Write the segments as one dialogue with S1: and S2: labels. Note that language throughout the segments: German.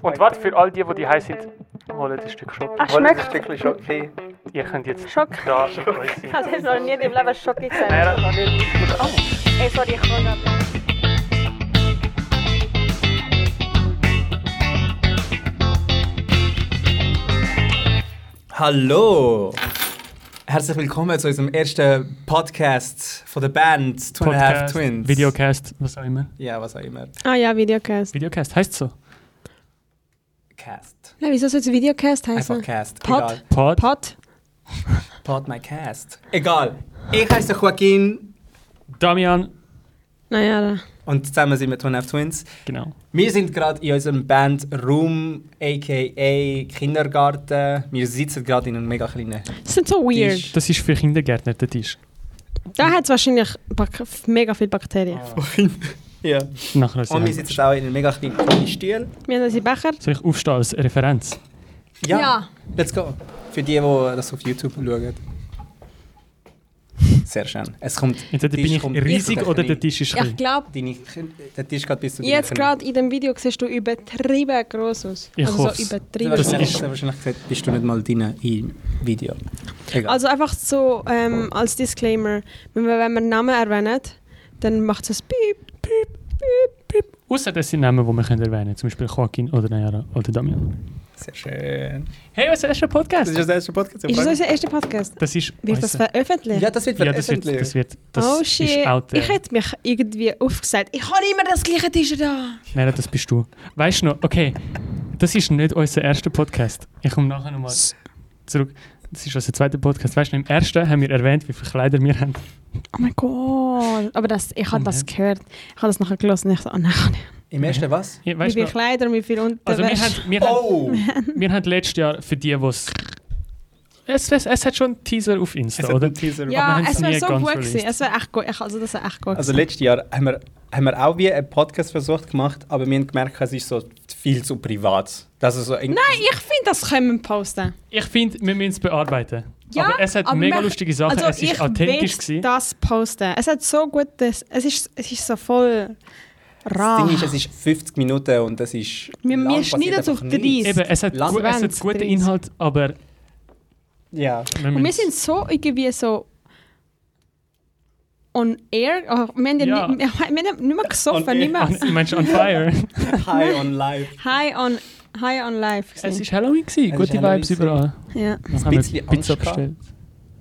S1: Und was für all die, die heiß sind, holt ein Stück Schock.
S2: Ach,
S3: Wollen wir ein
S2: schmeckt.
S3: Stückchen Schokolade?
S1: Ihr könnt jetzt
S2: Schock.
S1: da euch sein.
S2: Also, ich habe noch nie im Leben Schock gegessen.
S3: Nein, noch nicht.
S2: Ey, sorry, ich kann nicht.
S4: Hallo! Herzlich willkommen zu unserem ersten Podcast von der Band Two and a Half
S1: Podcast,
S4: Twins.
S1: Videocast, was auch immer.
S4: Ja, was auch immer.
S5: Ah ja, Videocast.
S1: Videocast heißt so.
S4: Cast.
S5: Nein, wieso soll es Videocast
S4: Einfach
S5: heißen?
S4: Cast.
S5: Also, Pod.
S1: Pod.
S4: Egal.
S5: Pod?
S4: Pod my Cast. Egal. Ich heiße Joaquin
S1: Damian.
S5: Naja, da.
S4: und zusammen sind wir Two and a Half Twins.
S1: Genau.
S4: Wir sind gerade in unserem Band Room, a.k.a. Kindergarten. Wir sitzen gerade in einem mega kleinen
S5: Das sind so weird.
S4: Tisch.
S1: Das ist für Kindergärtner der Tisch.
S5: Da hat es wahrscheinlich bak mega viele Bakterien.
S4: Ja.
S1: Nachher als
S4: Und wir
S1: Heimweh.
S4: sitzen auch in einem mega kleinen Stuhl.
S5: Wir haben unsere Becher.
S1: Soll ich aufstehen als Referenz?
S4: Let's go. Für die, die das auf YouTube schauen. Sehr schön. Es kommt.
S1: Entweder
S4: Tisch
S1: bin ich
S4: kommt
S1: riesig
S4: bis zu
S1: oder
S4: den
S1: der Tisch ist
S5: Ich
S1: klein.
S5: glaube,
S4: Deine, Knie- der Tisch geht bis zu deinen
S5: jetzt
S4: Knien.
S5: gerade in dem Video siehst du übertrieben groß aus.
S1: Ich
S5: also
S1: hoff's.
S5: so
S4: Du
S5: übertrieben
S4: hast
S1: Das
S5: gross.
S4: wahrscheinlich-
S1: ist-
S4: du hast wahrscheinlich gesagt, bist du nicht mal drin im Video. Egal.
S5: Also einfach so ähm, als Disclaimer, wenn wir, wenn wir Namen erwähnen, dann macht es ein Piep, Piep, Piep, Piep.
S1: Außer das sind Namen, die wir können erwähnen können. Zum Beispiel Joaquin oder Nayara oder Damian.
S4: Sehr schön.
S1: Hey, was ist der
S4: Das ist
S1: Podcast?
S4: der erste Podcast.
S5: Ist das unser erster Podcast?
S1: Das ist.
S5: Wird das
S1: unser-
S5: veröffentlicht?
S4: ja, das wird
S1: ja, das wird.
S4: veröffentlicht.
S1: Das wird. Das
S5: oh shit,
S1: Ist out there.
S5: ich hätte mich irgendwie aufgesagt. Ich habe immer das gleiche T-Shirt an.
S1: Nein, das bist du. Weißt du noch, okay, das ist nicht unser erster Podcast. Ich komme nachher nochmal zurück. Das ist unser zweiter Podcast. Weißt du, im ersten haben wir erwähnt, wie viele Kleider wir haben.
S5: Oh mein Gott. Aber das, ich habe
S1: Oh
S5: das
S1: nein.
S5: gehört. Ich habe das nachher gelesen und ich so, oh nein, kann ich
S4: Im ersten was?
S1: Ja,
S5: nicht. Wie
S1: weißt du
S5: viele
S1: noch?
S5: Kleider und wie viel
S1: also wir
S5: Unterwäsche.
S1: haben, wir,
S4: Oh!
S1: haben, wir haben letztes Jahr für die, die es... Es, es hat schon einen Teaser auf Insta,
S4: Es hat
S1: oder?
S4: einen Teaser.
S1: Aber wir
S5: ja,
S1: haben's
S5: es wäre
S1: nie
S5: so
S1: ganz
S5: gut gewesen.
S1: released.
S5: Es wäre echt gut. Ich, also das wäre echt gut
S4: Also
S5: gewesen.
S4: letztes Jahr haben wir, haben wir auch wie einen Podcast-Versuch gemacht, aber wir haben gemerkt, es ist so viel zu privat. Das ist so Nein!
S5: Nein, ich finde, das können wir posten.
S1: Ich finde, wir müssen es bearbeiten.
S5: Ja,
S1: aber es hat
S5: aber
S1: mega
S5: wir-
S1: lustige Sachen.
S5: also
S1: es ist
S5: ich
S1: authentisch.
S5: will
S1: Gewesen.
S5: das posten. Es hat so gut, das, es, ist, es ist so voll
S4: Das
S5: rar.
S4: Ding ist, es ist 50 Minuten und das ist.
S5: Wir- wir
S4: lang
S5: schneiden
S4: passiert
S5: es auf
S4: einfach nichts.
S5: 30.
S1: Eben, es hat,
S4: Lass-
S1: gu es hat
S5: 20,
S1: guten
S5: 30.
S1: Inhalt, aber...
S4: Ja.
S5: Und wir
S1: müssen-
S5: sind so irgendwie so on air. Oh, wir haben ja,
S1: Ja.
S5: Nicht, wir haben nicht mehr
S4: On air.
S5: gesoffen, nicht mehr.
S1: an, Mensch, on fire.
S4: High on life.
S5: High on, high on life.
S1: es
S5: gewesen.
S1: ist Halloween. Gewesen.
S4: Es
S1: Gute
S4: ist Halloween
S1: Vibes
S4: gewesen.
S1: überall.
S5: ja.
S1: Dann
S4: Ein
S1: haben wir
S4: bisschen
S1: Pizza
S4: Angst gehabt.
S1: bestellt.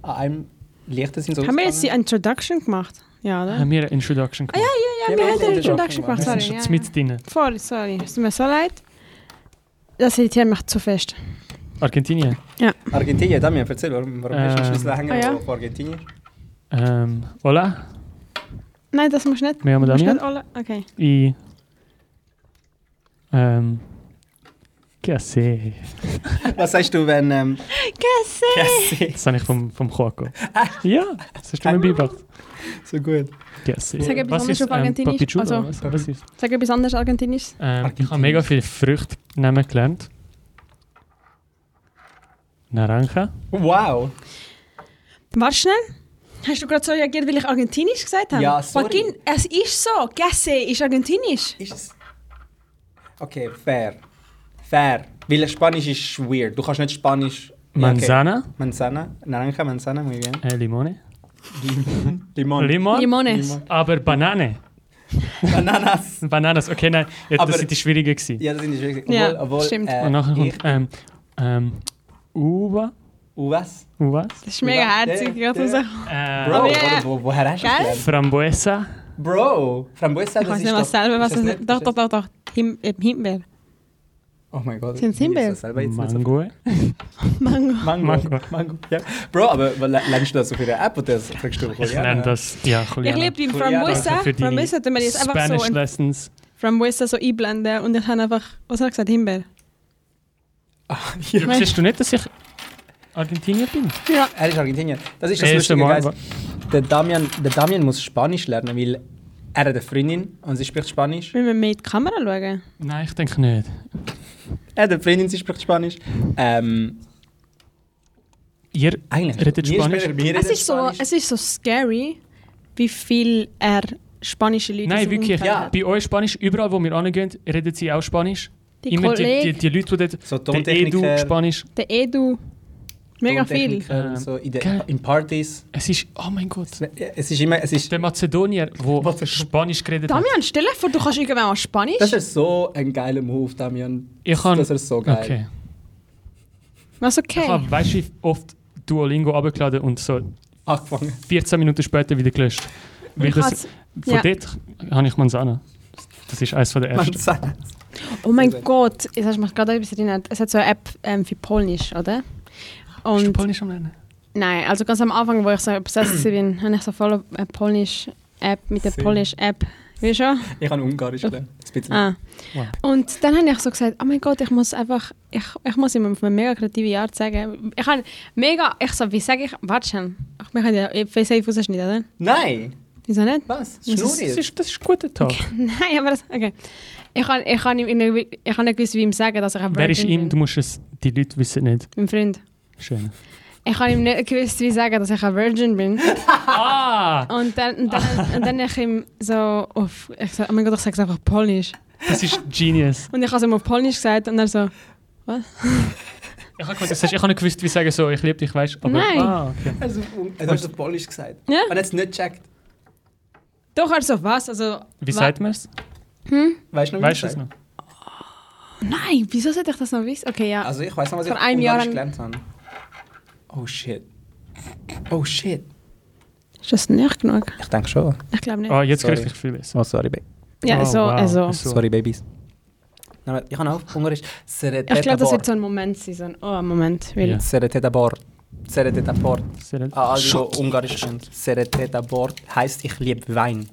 S4: An einem Lichter sind so.
S5: Haben wir jetzt die
S4: ausgegangen.
S5: Introduction gemacht? Ja, oder? Ah,
S1: Haben wir eine Introduction gemacht.
S4: Ja,
S5: ja, wir
S4: wir
S5: haben
S4: haben
S5: eine
S4: die Introduction
S5: Introduction gemacht.
S1: wir
S5: Sorry,
S1: sind schon
S5: ja,
S1: zu
S5: ja.
S1: mit drin.
S5: Sorry, sorry. Es tut mir so leid. Das irritiert mich zu fest.
S1: Argentinien.
S4: Argentinien, Damian, erzähl, warum, warum hast du
S1: Ähm.
S4: einen Schlüssel hängen
S5: Ah, ja.
S4: auf Argentinien?
S1: Ähm, hola,
S5: Nein, das musst du nicht.
S1: me llamo
S5: Musst
S1: Damian
S5: nicht alle. Okay.
S1: y... Ähm... ¿Qué hace?
S4: Was sagst du, wenn. Ähm,
S1: Das habe ich vom, vom Joaco. Ja, das hast du mir beigebracht.
S4: so gut.
S1: ¿Qué hace?
S5: Sag etwas anderes auf Argentinisch.
S1: Papichulo?
S5: Also-
S1: was, was ist?
S5: Sag etwas anderes Argentinisch.
S1: Ähm, ich habe mega viele Früchte nehmen gelernt. Naranja.
S4: Wow!
S5: Warte schnell. Hast du gerade so reagiert, weil ich Argentinisch gesagt habe?
S4: Ja, sorry.
S5: Joaquin, es ist so. Gasse ist Argentinisch.
S4: Ist es. Okay, fair. Fair. Weil Spanisch ist weird. Du kannst nicht Spanisch. Ja,
S1: Manzana.
S4: Okay. Manzana. Naranja, manzana, muy bien.
S1: Äh, Limone. Mhm.
S4: Limon.
S1: Limon.
S5: Limones.
S4: Limon.
S1: Aber Banane.
S4: Bananas.
S1: Bananas. Okay, nein. Ja,
S4: Aber-
S1: das sind die schwierigen gewesen.
S4: Ja, das sind die schwierigsten.
S5: Ja,
S4: Obwohl, obwohl,
S5: stimmt.
S4: Äh,
S1: Und nachher
S4: ich,
S1: kommt ähm, ähm, Uva.
S4: Uvas.
S1: Uvas.
S5: Das ist mega
S4: Ja,
S5: herzig,
S4: der-
S5: gerade so.
S4: der-
S1: Äh,
S4: Bro,
S5: Aber ja.
S4: wo, wo, woher hast du das
S5: Geil.
S4: gelernt?
S1: Frambuesa.
S4: Bro, Frambuesa,
S5: Ich
S4: das
S5: weiß
S4: ist
S5: nicht mal
S4: doch-
S5: selber, was
S4: ist
S5: es
S4: das
S5: ist. Doch, doch, doch, doch. Him, äh, Himbeer.
S4: Oh mein Gott.
S5: Sind's
S4: mir ist
S5: Himbeeren?
S4: das selber jetzt nicht so-
S1: Mango.
S5: Mango.
S4: Mango.
S1: Mango.
S4: Mango. Ja. Bro, aber le- lernst du das auf ihrer App oder das kriegst du
S1: Ich nenne das, ja,
S5: Ich
S1: Juliana.
S5: liebe die
S4: Juliana,
S5: Frambuesa.
S1: danke für deine
S5: Frambuesa tun wir jetzt einfach
S1: Spanish
S5: so ein
S1: Lessons.
S5: Frambuesa so einblenden und ich habe einfach, was habe ich gesagt, Himbeer?
S1: Ja. Siehst du nicht, dass ich Argentinier bin?
S5: Ja.
S4: Er ist Argentinier. Das ist das
S1: Erste
S4: Lustige,
S1: Mal,
S4: guys. Der Damian, der Damian muss Spanisch lernen, weil er hat eine Freundin und sie spricht Spanisch.
S5: Wenn wir mit die Kamera schauen.
S1: Nein, ich denke nicht.
S4: Er hat eine Freundin, sie spricht Spanisch. Ähm,
S1: Ihr
S4: eigentlich.
S1: redet
S4: wir
S1: Spanisch?
S4: sprechen- wir
S5: Es
S4: reden
S5: ist, so,
S4: Spanisch.
S5: es ist so scary, wie viel er spanische Leute
S1: Nein,
S5: so
S1: wirklich.
S5: umfällt.
S4: Ja.
S1: Bei euch Spanisch, überall wo wir angehen, redet sie auch Spanisch.
S5: die
S1: immer die, die,
S5: Kollegen,
S1: die Leute, die dort
S4: So
S1: der Edu,
S4: Tontechniker.
S1: Spanisch.
S5: der Edu.
S6: Mega viel.
S4: Tontechniker,
S1: viel.
S4: So in,
S1: Gell.
S4: der, in Partys.
S1: Es ist, oh mein Gott,
S4: Es ist immer, es ist,
S1: der Mazedonier, der
S4: Was-
S1: Spanisch geredet hat.
S5: Damian, stell dir vor, du kannst irgendwann mal Spanisch.
S4: das ist so ein geiler Move, Damian.
S1: Ich kann-
S4: das ist so geil.
S1: Okay.
S5: Was
S1: Ich
S5: okay.
S1: habe, weißt du, wie oft Duolingo abgeladen und so
S4: Angefangen.
S1: 14 Minuten später wieder gelöscht. Weil
S5: Ich
S1: das,
S5: hab's-
S1: von
S5: ja.
S1: dort habe ich Manzana. Das ist eines der
S4: Man
S1: ersten.
S4: sagt-
S5: Oh mein
S4: Sehr gut.
S5: Gott, jetzt hast du mich gerade an etwas erinnert. Es hat so eine App ähm, für Polnisch, oder? Und
S1: Polnisch am Lernen?
S5: Nein, also ganz am Anfang, wo ich so obsessed bin, habe ich so voll eine Polnisch-App mit der
S4: Sehr.
S5: Polnisch-App. Wie schon?
S4: Ich kann Ungarisch lernen. Ein bisschen.
S5: Ah.
S1: Wow.
S5: Und dann habe ich so gesagt, oh mein Gott, ich muss einfach, ich, ich muss ihm auf eine mega kreative Art sagen. Ich habe mega, ich so, wie sage ich, warte schon, ich kann ja safe rausschneiden, oder?
S4: Nein!
S5: Wieso nicht?
S4: Was?
S5: Das
S1: Das
S4: Schnurri?
S1: ist, das ist ein guter Tag.
S5: Nein, aber das, okay. Ich habe ich kann ihm, in einer- ich habe nicht gewusst, wie ihm sagen, dass ich ein
S1: Wer ist
S5: Virgin
S1: ihm? Du
S5: bin.
S1: musst es, die Leute wissen nicht.
S5: Mein Freund.
S1: Schön.
S5: Ich habe ihm nicht gewusst, wie sagen, dass ich ein Virgin bin.
S1: Ah!
S5: Und dann, und dann, und dann ich ihm so auf, ich so, oh mein Gott, ich sage es einfach Polnisch.
S1: Das ist genius.
S5: Und ich habe es ihm auf Polnisch gesagt und er so,
S1: Ich habe gewusst- das heißt, ich habe nicht gewusst, wie sagen so, ich liebe dich, weißt du? aber-
S5: Nein.
S1: Ah, okay.
S4: Also, un- du hast auf Polisch gesagt.
S5: Ja.
S4: Man hat es nicht gecheckt.
S5: doch, er so, was? Also,
S1: Wie
S5: wa- Hm?
S1: sagt man es?
S4: Weißt du noch, wie
S1: Weißt du
S4: ich
S1: es
S4: gesagt
S1: noch?
S5: Nein, wieso sollte ich das noch wissen? Okay, ja.
S4: habe? Also, ich weiß noch, was ich
S5: Vor einem Jahr
S4: Ungarisch gelernt habe. Oh shit. Oh shit.
S5: ist das nicht genug?
S4: Ich denke schon.
S5: Ich glaube nicht.
S1: Ah, jetzt
S4: Sorry.
S1: kriege ich viel besser.
S4: Oh, sorry, baby.
S5: ja,
S1: Oh,
S5: so,
S1: wow.
S5: also.
S1: So.
S4: Sorry, Babys. Nein, ich kann auch Ungarisch.
S5: Ich glaube, das wird so
S4: Seretetabor.
S5: ein Moment sein, so ein Oh-Moment. Weil
S1: Ja.
S4: Seretetabor. Seretetabor.
S1: Sehr-
S4: Ah, also Ungarisch und Seretetabor heisst ich liebe Wein.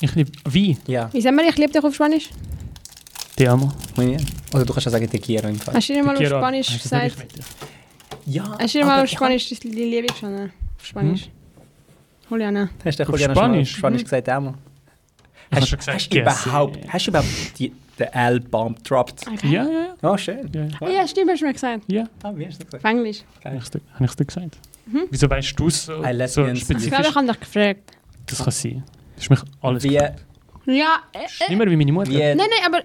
S1: Ich liebe wie?
S4: Ja.
S5: Wie sagen wir, ich liebe dich auf Spanisch?
S1: Te amo.
S4: Oder du kannst auch sagen Tequila im Fall.
S5: Hast du dir mal auf
S1: Quiero.
S5: Spanisch
S1: Hast du das nicht
S5: gesagt?
S1: mit dir?
S4: Ja.
S5: Hast du dir mal
S4: aber
S5: auf
S4: ich
S5: Spanisch die Liebe schon? Auf Spanisch. Juliana.
S4: hab- Hast du
S1: Auf
S4: Juliana schon mal
S1: Spanisch?
S4: Spanisch gesagt einmal?
S1: Ich habe
S4: Hast-
S1: schon gesagt,
S4: Hast du überhaupt,
S1: yes.
S4: hast du überhaupt die, den L-Bomb gedroppt?
S5: Okay.
S1: Ja, ja, ja.
S4: Oh, schön.
S1: ja, ja.
S5: Ah, ja, stimmt, hast du mir gesagt.
S1: Ja,
S4: Ah, wie hast du gesagt?
S5: Auf Englisch.
S1: habe ich es dir- habe ich es dir gesagt.
S5: Mhm.
S1: Wieso weißt du es so,
S4: I let me
S1: so
S4: in.
S5: Ich
S1: spezifisch?
S5: glaube, ich habe dich gefragt.
S1: Das kann sein. Das ist mich alles
S4: Wie,
S1: klar.
S5: Ja, äh, äh.
S1: Schlimmer wie meine Mutter.
S4: wie,
S5: Nein, nein, aber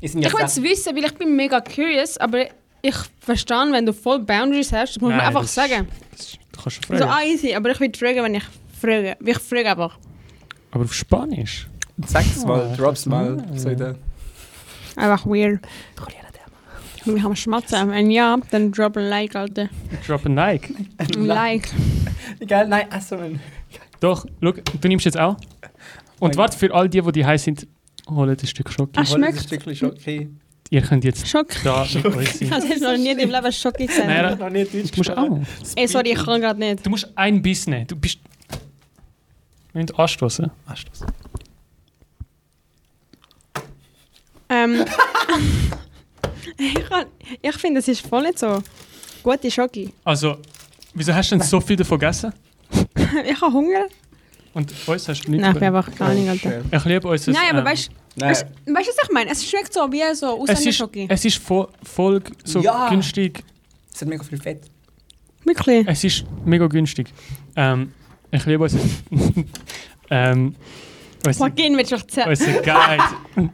S4: ich sind
S5: ich will es
S4: Sachen-
S5: wissen, weil ich bin mega curious, aber ich verstehe, wenn du voll Boundaries dus hast, das muss man
S1: Nein,
S5: einfach
S1: das-
S5: sagen.
S1: Das, du kannst schon
S5: So
S1: fragen.
S5: ah, easy, aber ich will fragen, wenn ich frage. Ich frage einfach. ah-
S1: Aber auf Spanisch?
S4: Sag es
S1: Oh,
S4: mal, drop's mal.
S1: ja.
S4: So in der
S5: Einfach Ah, weird. Und wir haben Schmatzen. Wenn ja, dann drop ein Like, Alter.
S1: Drop a Nike.
S5: Ein Like.
S4: Egal, nein, also man.
S1: Doch, schau, du nimmst jetzt auch. Und
S4: Danke.
S1: warte, für all die, die die heiß sind, holt ein Stück Schoki.
S5: Ah, schmeckt.
S4: Das ist wirklich okay.
S1: Ihr könnt jetzt
S5: Schock.
S1: da mit euch sein.
S6: Also hast du noch nie in deinem Leben Schoki
S1: Nein,
S6: gesehen?
S1: Ja.
S4: Ich hab noch nicht Deutsch
S1: Du musst auch.
S5: Ey, Eh, sorry, ich kann gerade nicht.
S1: Du musst ein Biss nehmen. Du bist... Wir müssen anstoßen.
S4: Anstoß.
S5: Ähm. ich kann, ich finde, das ist voll nicht so. Gute Schoki.
S1: Also, wieso hast du denn so viel davon gegessen?
S5: Ich habe Hunger.
S1: Und uns hast du nicht...
S5: Nein, ich bin einfach gar nicht, Alter.
S1: ich liebe uns.
S5: Nein, aber weißt du, weißt
S4: Nein.
S5: du, was ich meine? Es schmeckt so wie
S1: ähm,
S5: so
S1: äh, es ist,
S5: Ausländerschoki.
S1: es ist voll, voll g- so
S4: Ja.
S1: günstig.
S4: Es hat mega viel Fett.
S5: Wirklich?
S1: Es ist mega günstig. Ähm, ich liebe uns. ähm, unser,
S5: Joaquin, willst du mich ze-
S1: unser Guide.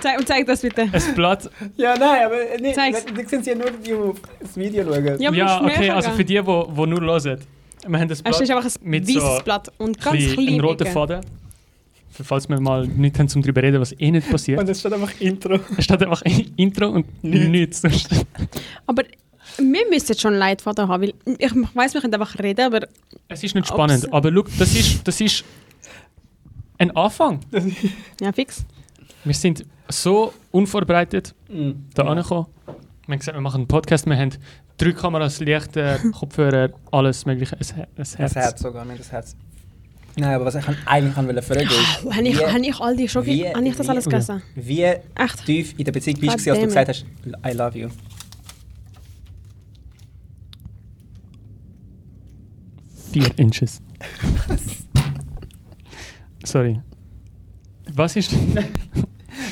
S5: zeig, zeig das bitte?
S1: Ein Blatt.
S4: Ja, nein, aber äh, nee,
S5: Zeig's.
S4: da sind sie ja nur die, die das Video schauen.
S5: Ja,
S1: Ja,
S5: musst du
S1: okay,
S5: mehr
S1: also
S5: sagen.
S1: für die, die wo, wo nur hören. Wir haben das
S5: Es ist
S1: Blatt,
S5: einfach ein
S1: mit
S5: weißes
S1: so
S5: Blatt und ganz
S1: ein
S5: klein.
S1: einen roten
S5: Ecken.
S1: Faden. Für falls wir mal nichts haben, um darüber zu reden, was eh nicht passiert.
S4: Und es steht einfach Intro.
S1: Es steht einfach Intro und nichts. sonst.
S5: Aber wir müssen jetzt schon einen Leitfaden haben, weil ich weiß, wir können einfach reden, aber
S1: Es ist nicht spannend, aber schau, das ist, das ist ein Anfang.
S5: ja, fix.
S1: Wir sind so unvorbereitet
S4: Mhm.
S1: da angekommen. Wir haben gesagt, wir machen einen Podcast, wir haben drei Kameras, Lichter, Kopfhörer, alles mögliche. Es, es
S4: Das
S1: Herz.
S4: Herz sogar, mir das Herz. Nein, aber was ich eigentlich kann wollte fragen ist,
S5: Oh, habe ich,
S4: Wie-
S5: hab ich all die Schoki,
S4: wie-
S5: habe ich das
S4: wie-
S5: alles
S1: Oder?
S5: gegessen?
S4: wie
S5: Echt?
S4: tief in der Beziehung bist du, als du
S5: Goddamn.
S4: gesagt hast, I love you.
S1: Vier Inches. Sorry. Was ist
S4: Nein,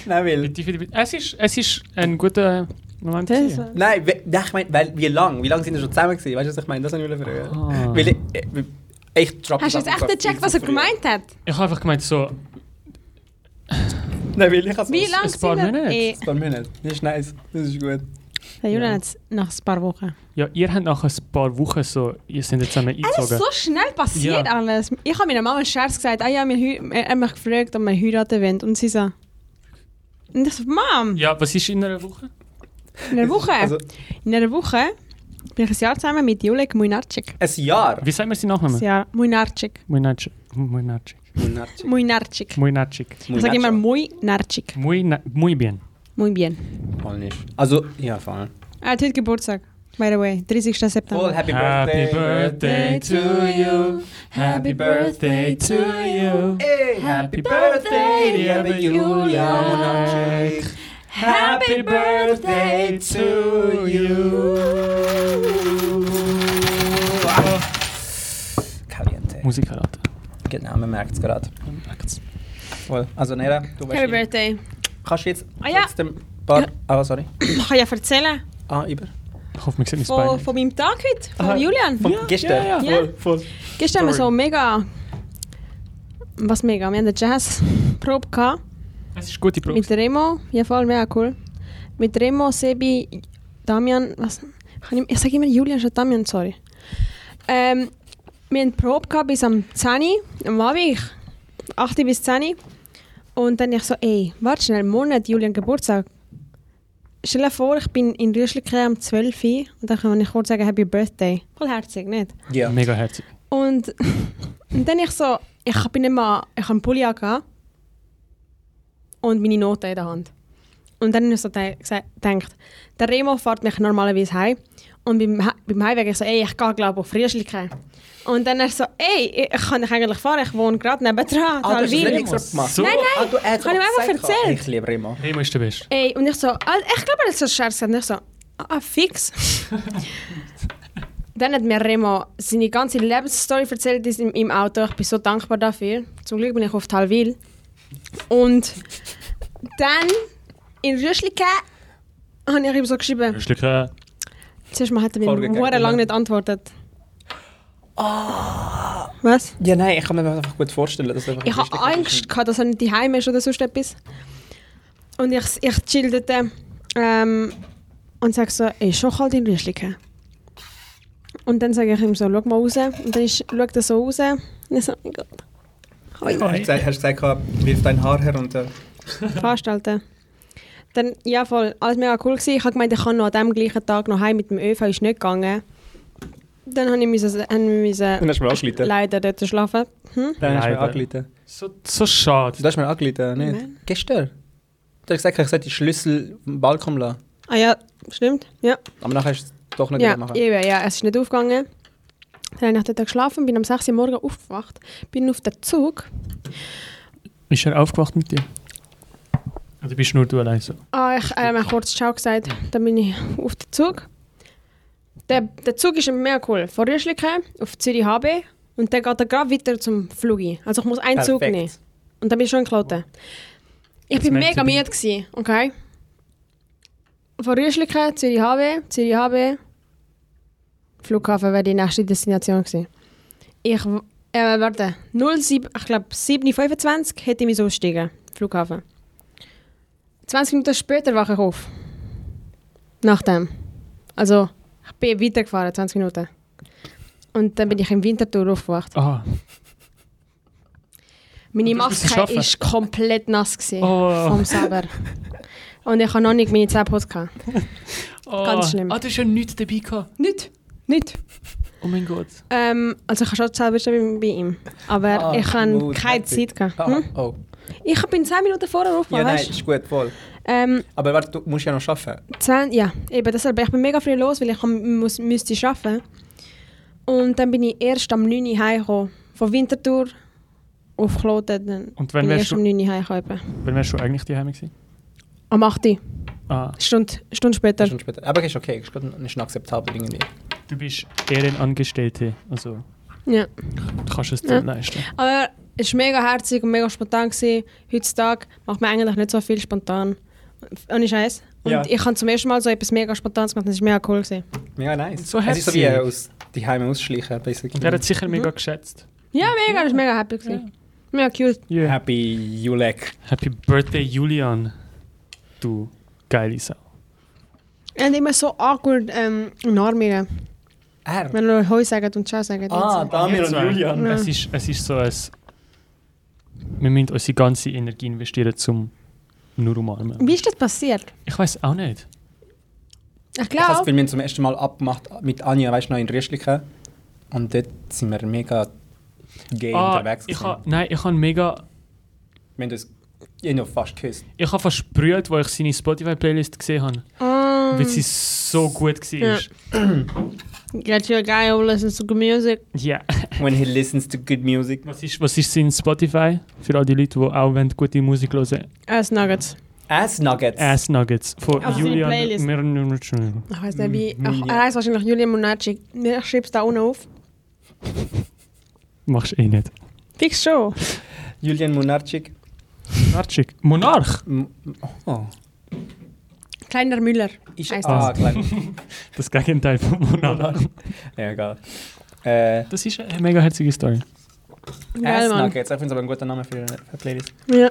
S1: die
S4: weil...
S1: Tiefe? die- Es ist, es ist ein guter Moment.
S5: Das
S1: gewesen.
S4: Nein, we- nein, ich meine, weil wie lange? Wie lange sind wir schon zusammen gewesen? Weißt du, was ich meine? Das wollte ich fragen.
S1: Ah.
S4: Weil ich... äh, Ich droppe
S5: Hast du jetzt echt nicht gecheckt, was er gemeint hat?
S1: Ich habe einfach gemeint, so.
S4: Nein, will ich also.
S5: Wie lange
S1: ein paar
S5: sind wir-
S1: Minuten.
S5: Eh,
S4: Ein paar Minuten. Das ist nice. Das ist gut.
S5: Der Julian
S1: Ja.
S5: jetzt nach ein paar Wochen.
S1: Ja, ihr habt nach ein paar Wochen so, ihr seid jetzt zusammen
S5: Alles
S1: eingezogen.
S5: so schnell passiert
S1: Ja.
S5: alles. Ich habe meiner Mama einen Scherz gesagt, ah ja, wir hei- er hat mich gefragt, ob wir heiraten wollen. Und sie so... Und ich so, Mom,
S1: Ja, was ist in einer Woche?
S5: in einer Woche,
S4: Also,
S5: in einer Woche bin ich ein Jahr zusammen mit Julek Mujnarczyk.
S4: ein Jahr.
S1: Wie sagt man seinen
S5: Ein
S1: Nachnamen?
S5: Jahr, Mujnarczyk.
S1: Mujnarczyk. Mujnarczyk.
S5: Mujnarczyk.
S1: Mujnarczyk.
S5: Ich sage immer Mujnarczyk.
S1: Mujna- Muy bien.
S5: Muy bien.
S4: Also, ja, voll.
S5: Er hat heute Geburtstag, by the way, 30.
S4: Voll,
S5: September.
S4: happy, birthday.
S1: birthday to you. Happy birthday to you.
S4: Hey, happy birthday, liebe Julia. Happy birthday to you. Caliente.
S1: Musikerrate.
S4: Genau, man merkt es gerade. Voll. Also, Nera, du
S5: Happy
S4: weißt,
S5: Birthday.
S4: kannst du jetzt
S5: Ah ja.
S4: trotzdem ein paar. Ah, sorry.
S5: Ich kann ja erzählen
S4: Ah, über.
S1: Ich hoffe, man sieht mein
S5: von,
S1: Bein.
S5: von meinem Tag heute, von
S4: Aha.
S5: Julian.
S4: Von gestern.
S1: ja,
S5: ja.
S4: Voll, voll.
S5: Gestern haben wir
S4: Story.
S5: so mega. Was mega? Wir haben eine Jazz-Probe gehabt.
S1: Es ist gute Probe.
S5: Mit Remo. Ja, voll mega cool. Mit Remo, Sebi, Damian. Was? Ich, kann nicht- ich sage immer Julian schon Damian, sorry. Ähm, wir haben Probe gehabt bis am 10. Uhr, Am Abend. ich- 8 Uhr bis 10. Uhr. Und dann ich so, ey, warte schnell, Monat, Julian Geburtstag. Stell dir vor, ich bin in Rüschlikon am 12. Uhr und dann kann ich kurz sagen Happy Birthday. Voll herzig, nicht?
S4: Ja.
S1: Mega herzig.
S5: Und, und dann ich so, ich bin immer, ich habe einen Pulli angehabt und meine Noten in der Hand. Und dann habe ich so de- gese- gedacht, der Remo fährt mich normalerweise heim und beim, He- beim Heimweg ich so, ey, ich gehe glaube auf Frischlichkeit. Und dann er so, ey, ich kann dich eigentlich fahren, ich wohne gerade nebenan.
S4: Ah, du hast es nicht
S5: Talwil.
S4: extra gemacht.
S1: So. Nein,
S4: Ah, du hast
S5: Kann ich mir
S4: auch
S5: einfach
S4: gesagt,
S5: erzählt.
S4: Ich liebe Remo.
S1: Remo ist der Beste.
S5: Ey, und ich so, ah, ich glaube, er hat so Scherz gesagt. Und ich so, ah, fix. Dann hat mir Remo seine ganze Lebensstory erzählt ist im, im Auto. Ich bin so dankbar dafür. Zum Glück bin ich auf Talwil. Und dann in Rüschlike habe ich ihm so geschrieben.
S1: Rüschliker.
S5: Zuerst mal hat er mir
S4: Vorgegangen,
S5: sehr lange
S4: ja.
S5: nicht antwortet. Was?
S4: Ja, nein, ich kann mir das einfach gut vorstellen. Dass einfach
S5: Ich
S4: ein
S5: habe
S4: Frühstück
S5: Angst, gehabt, dass er nicht daheim ist oder sonst etwas. Und ich, ich chillte ähm, und sage so, ey, halt schon kalt in Rüschliken. Und dann sage ich ihm so, schau mal raus. Und dann ist, schaut er so raus. Und ich so, oh mein Gott,
S4: ist. Hast du gesagt- hast du gesagt, wirf dein Haar her und. äh,
S5: fast, Alter. Dann, ja voll, alles mega cool gewesen. Ich habe gemeint, ich kann noch an dem gleichen Tag noch heim mit dem ÖV, ist nicht gegangen. Dann habe ich müssen, haben wir
S4: Dann
S5: müssen
S4: hast du mir angelitten.
S5: leider dort schlafen.
S4: Dann hast du mir
S1: Leider.
S4: angelitten.
S1: So, so schade.
S4: Du hast mir angelitten, nicht?
S5: Nein.
S4: Gestern. Du hast gesagt, ich sollte die Schlüssel im Balkon lassen.
S5: Ah ja, stimmt, ja.
S4: Aber nachher hast du es doch nicht
S5: Ja,
S4: gemacht.
S5: eben, ja, es ist nicht aufgegangen. Dann habe ich dort geschlafen, bin am 6 Uhr morgens aufgewacht, bin auf den Zug.
S1: Ist er aufgewacht mit dir? Oder Also, bist nur du allein so?
S5: Ah, ich habe mir kurz Ciao gesagt, dann bin ich auf den Zug. Der, der Zug ist mega cool. Von Rüschliken auf Zürich HB und dann geht er gerade weiter zum Flug. ein. Also ich muss einen Zug
S4: Perfekt.
S5: nehmen. Und dann bin ich schon in Kloten. Ich
S1: It's
S5: bin
S1: meant
S5: mega
S1: to be.
S5: müde, gewesen, okay? Von Rüschliken, Zürich HB, Zürich HB. Flughafen wäre die nächste Destination gewesen. Ich, w- äh, warte, 07, ich glaube 7.25 hätte ich mich so aussteigen, Flughafen. 20 Minuten später wache ich auf. Nach dem. Also, ich bin weitergefahren, 20 Minuten. Und dann bin ich im Winterthur aufgewacht.
S1: Ah.
S5: Meine
S1: Und das musst du
S5: Maske
S1: schaffen.
S5: war komplett nass gewesen,
S1: Oh.
S5: vom Saber. Und ich habe noch nicht meine Zähne geputzt. gehabt.
S1: Oh.
S5: Ganz schlimm.
S1: Ah, du hast ja nichts dabei gehabt.
S5: Nicht? Nicht?
S1: Oh mein Gott.
S5: Ähm, also ich habe schon selber schon bei ihm. Aber
S4: Ah,
S5: ich habe
S4: gut,
S5: keine
S4: heftig.
S5: Zeit. Gehabt.
S4: Ah,
S5: Hm?
S4: oh.
S5: Ich bin 10 Minuten vorher
S4: Ja,
S5: aufgewacht,
S4: nein,
S5: weißt
S4: ist gut, voll.
S5: du? Ähm,
S4: Aber warte, du musst ja noch arbeiten.
S5: 10, ja, eben deshalb. Ich bin mega früh los, weil ich am- muss, müsste arbeiten. Und dann bin ich erst am 9 Uhr heimgekommen. Von Winterthur auf Kloten. Dann
S1: Und wann
S5: bin ich
S1: wärst
S5: erst
S1: du-
S5: am 9 Uhr heimgekommen. eben.
S1: Wann wärst du eigentlich daheim gewesen?
S5: Am 8 Uhr.
S1: Ah.
S5: Stunde, Stunde später.
S4: Schon später. Aber ist okay, ist gut, ist akzeptabel irgendwie.
S1: Du bist Ehrenangestellte. Also,
S5: Ja.
S1: du kannst es dir
S5: Ja.
S1: leisten.
S5: Aber es war mega herzig und mega spontan. Gewesen. Heutzutage macht man eigentlich nicht so viel spontan. Ohne Scheiß. Und
S4: Ja.
S5: ich habe zum ersten Mal so etwas mega spontanes gemacht. Das war mega cool. Gewesen.
S4: Mega nice.
S1: So
S4: es ist so wie
S1: herzig.
S4: äh, aus die Heime ausschleichen, basically.
S1: Der hat sicher mega geschätzt.
S5: Ja, mega. Das war mega happy. Gewesen. Ja, cute.
S1: Yeah.
S4: Happy Julek.
S1: Happy Birthday, Julian. Du geile Sau.
S5: Und immer so awkward ähm, Normieren.
S4: Er?
S5: Wenn du Heu sagt und Ciao sagt.
S4: Ah,
S5: jetzt.
S4: Damir und
S1: Jetzt zwei.
S4: Julian.
S1: Es, ist, es ist so ein. Wir müssen unsere ganze Energie investieren, um nur umarmen.
S5: Wie ist das passiert?
S1: Ich weiß auch nicht.
S5: Ich
S4: Ich habe das
S5: glaube,
S4: Film zum ersten Mal abgemacht mit Anja, weißt du noch, in Rüschliken. Und dort sind wir mega gay
S1: Ah,
S4: unterwegs.
S1: ich
S4: gewesen.
S1: ha, nein, ich habe mega.
S4: Wir haben uns ja, noch fast geküsst.
S1: Ich habe versprüht, als ich seine Spotify-Playlist gesehen habe,
S5: Mm. ähm,
S1: weil sie so gut war.
S5: get your guy who listens to good music.
S1: Ja.
S4: When he listens to good music.
S1: Was ist, was ist sein Spotify? Für all die Leute, die auch wollen, gute Musik hören wollen.
S5: Ass Ah, Nuggets.
S4: Ass Nuggets.
S1: Ass Nuggets von
S5: Also seine
S1: Julian
S5: Playlist.
S1: Mirnitschner.
S5: Ich weiß nicht, wie.
S4: Mm,
S5: Ach, er heißt wahrscheinlich Julian Munacic. Ich schreib's da unten auf.
S1: Machst eh nicht.
S5: Fix schon.
S4: Julian Munarczyk.
S1: Monarchik. Monarch!
S4: M- Oh.
S5: Kleiner Müller.
S4: Ist
S5: Heißt
S4: ah, klein.
S1: Das Gegenteil von Monarch.
S4: ja, egal. Äh,
S1: Das ist eine mega herzige Story.
S5: Geil,
S4: Ass
S5: Mann.
S4: Nuggets. Ich finde es aber ein guter Name für für eine Playlist.
S5: Ja.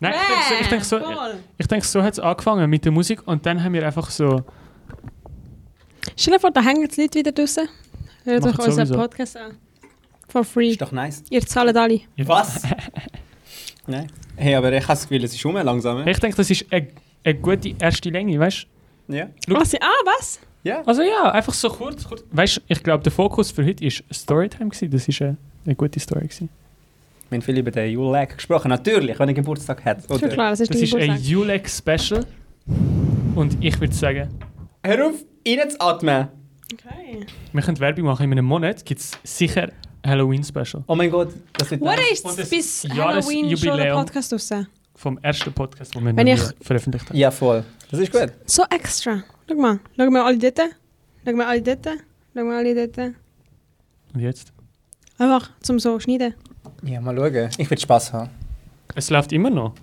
S1: Nein, ich denke so, ich denk so,
S5: Cool.
S1: ich denk, so hat es angefangen mit der Musik und dann haben wir einfach so.
S5: Stell dir vor, da hängen die Leute wieder draußen. Hört
S1: Machen
S5: euch unseren
S1: sowieso.
S5: Podcast an. For free.
S4: Ist doch nice.
S5: Ihr zahlt alle.
S4: Was? Nein. Hey, aber ich habe das Gefühl, es ist um langsam.
S1: Ich denke, das ist eine, eine gute erste Länge, weißt du?
S4: Ja.
S5: Was? Ah, was?
S4: Ja.
S1: Also ja, einfach so kurz. kurz. Weißt du, ich glaube, der Fokus für heute war Storytime. Gewesen. Das war eine, eine gute Story. Gewesen.
S4: Wir haben viel über den Julek gesprochen. Natürlich, wenn er Geburtstag hat.
S5: Schon
S4: Oder?
S5: klar, das Ah, ist
S1: Das
S5: dein
S1: ist ein
S5: Geburtstag.
S1: Julek-Special. Und ich würde sagen,
S4: Hör auf, reinzuatmen.
S5: Okay.
S1: Wir können Werbung machen. In einem Monat gibt es sicher ein Halloween-Special
S4: Oh mein Gott, das wird
S5: What
S4: nice.
S5: ist
S1: Und das
S5: bis Halloween schon der
S1: Jahresjubiläum.
S5: Podcast raus?
S1: vom ersten Podcast, den wir
S5: Wenn
S1: noch
S5: ich-
S1: nie veröffentlicht haben.
S4: Ja, voll. Das ist gut.
S5: So extra. Schau mal. Schau mal alle dort. Schau mal alle dort. Schau mal alle dort.
S1: Und jetzt?
S5: Einfach zum so schneiden.
S4: Ja, mal schauen. Ich will Spaß haben.
S1: Es läuft immer noch.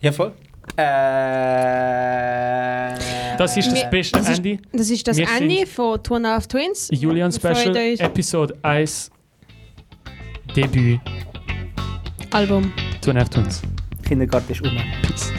S4: Ja, voll. Äh.
S1: Das ist das beste
S5: das ist-
S1: Ende.
S5: Das ist das
S1: Wir
S5: Ende von Two and a Half Twins.
S1: Julian Special,
S5: Freut euch.
S1: Episode 1, Debüt,
S5: Album.
S1: Two and a Half Twins.
S4: Kindergarten ist um.
S1: Peace.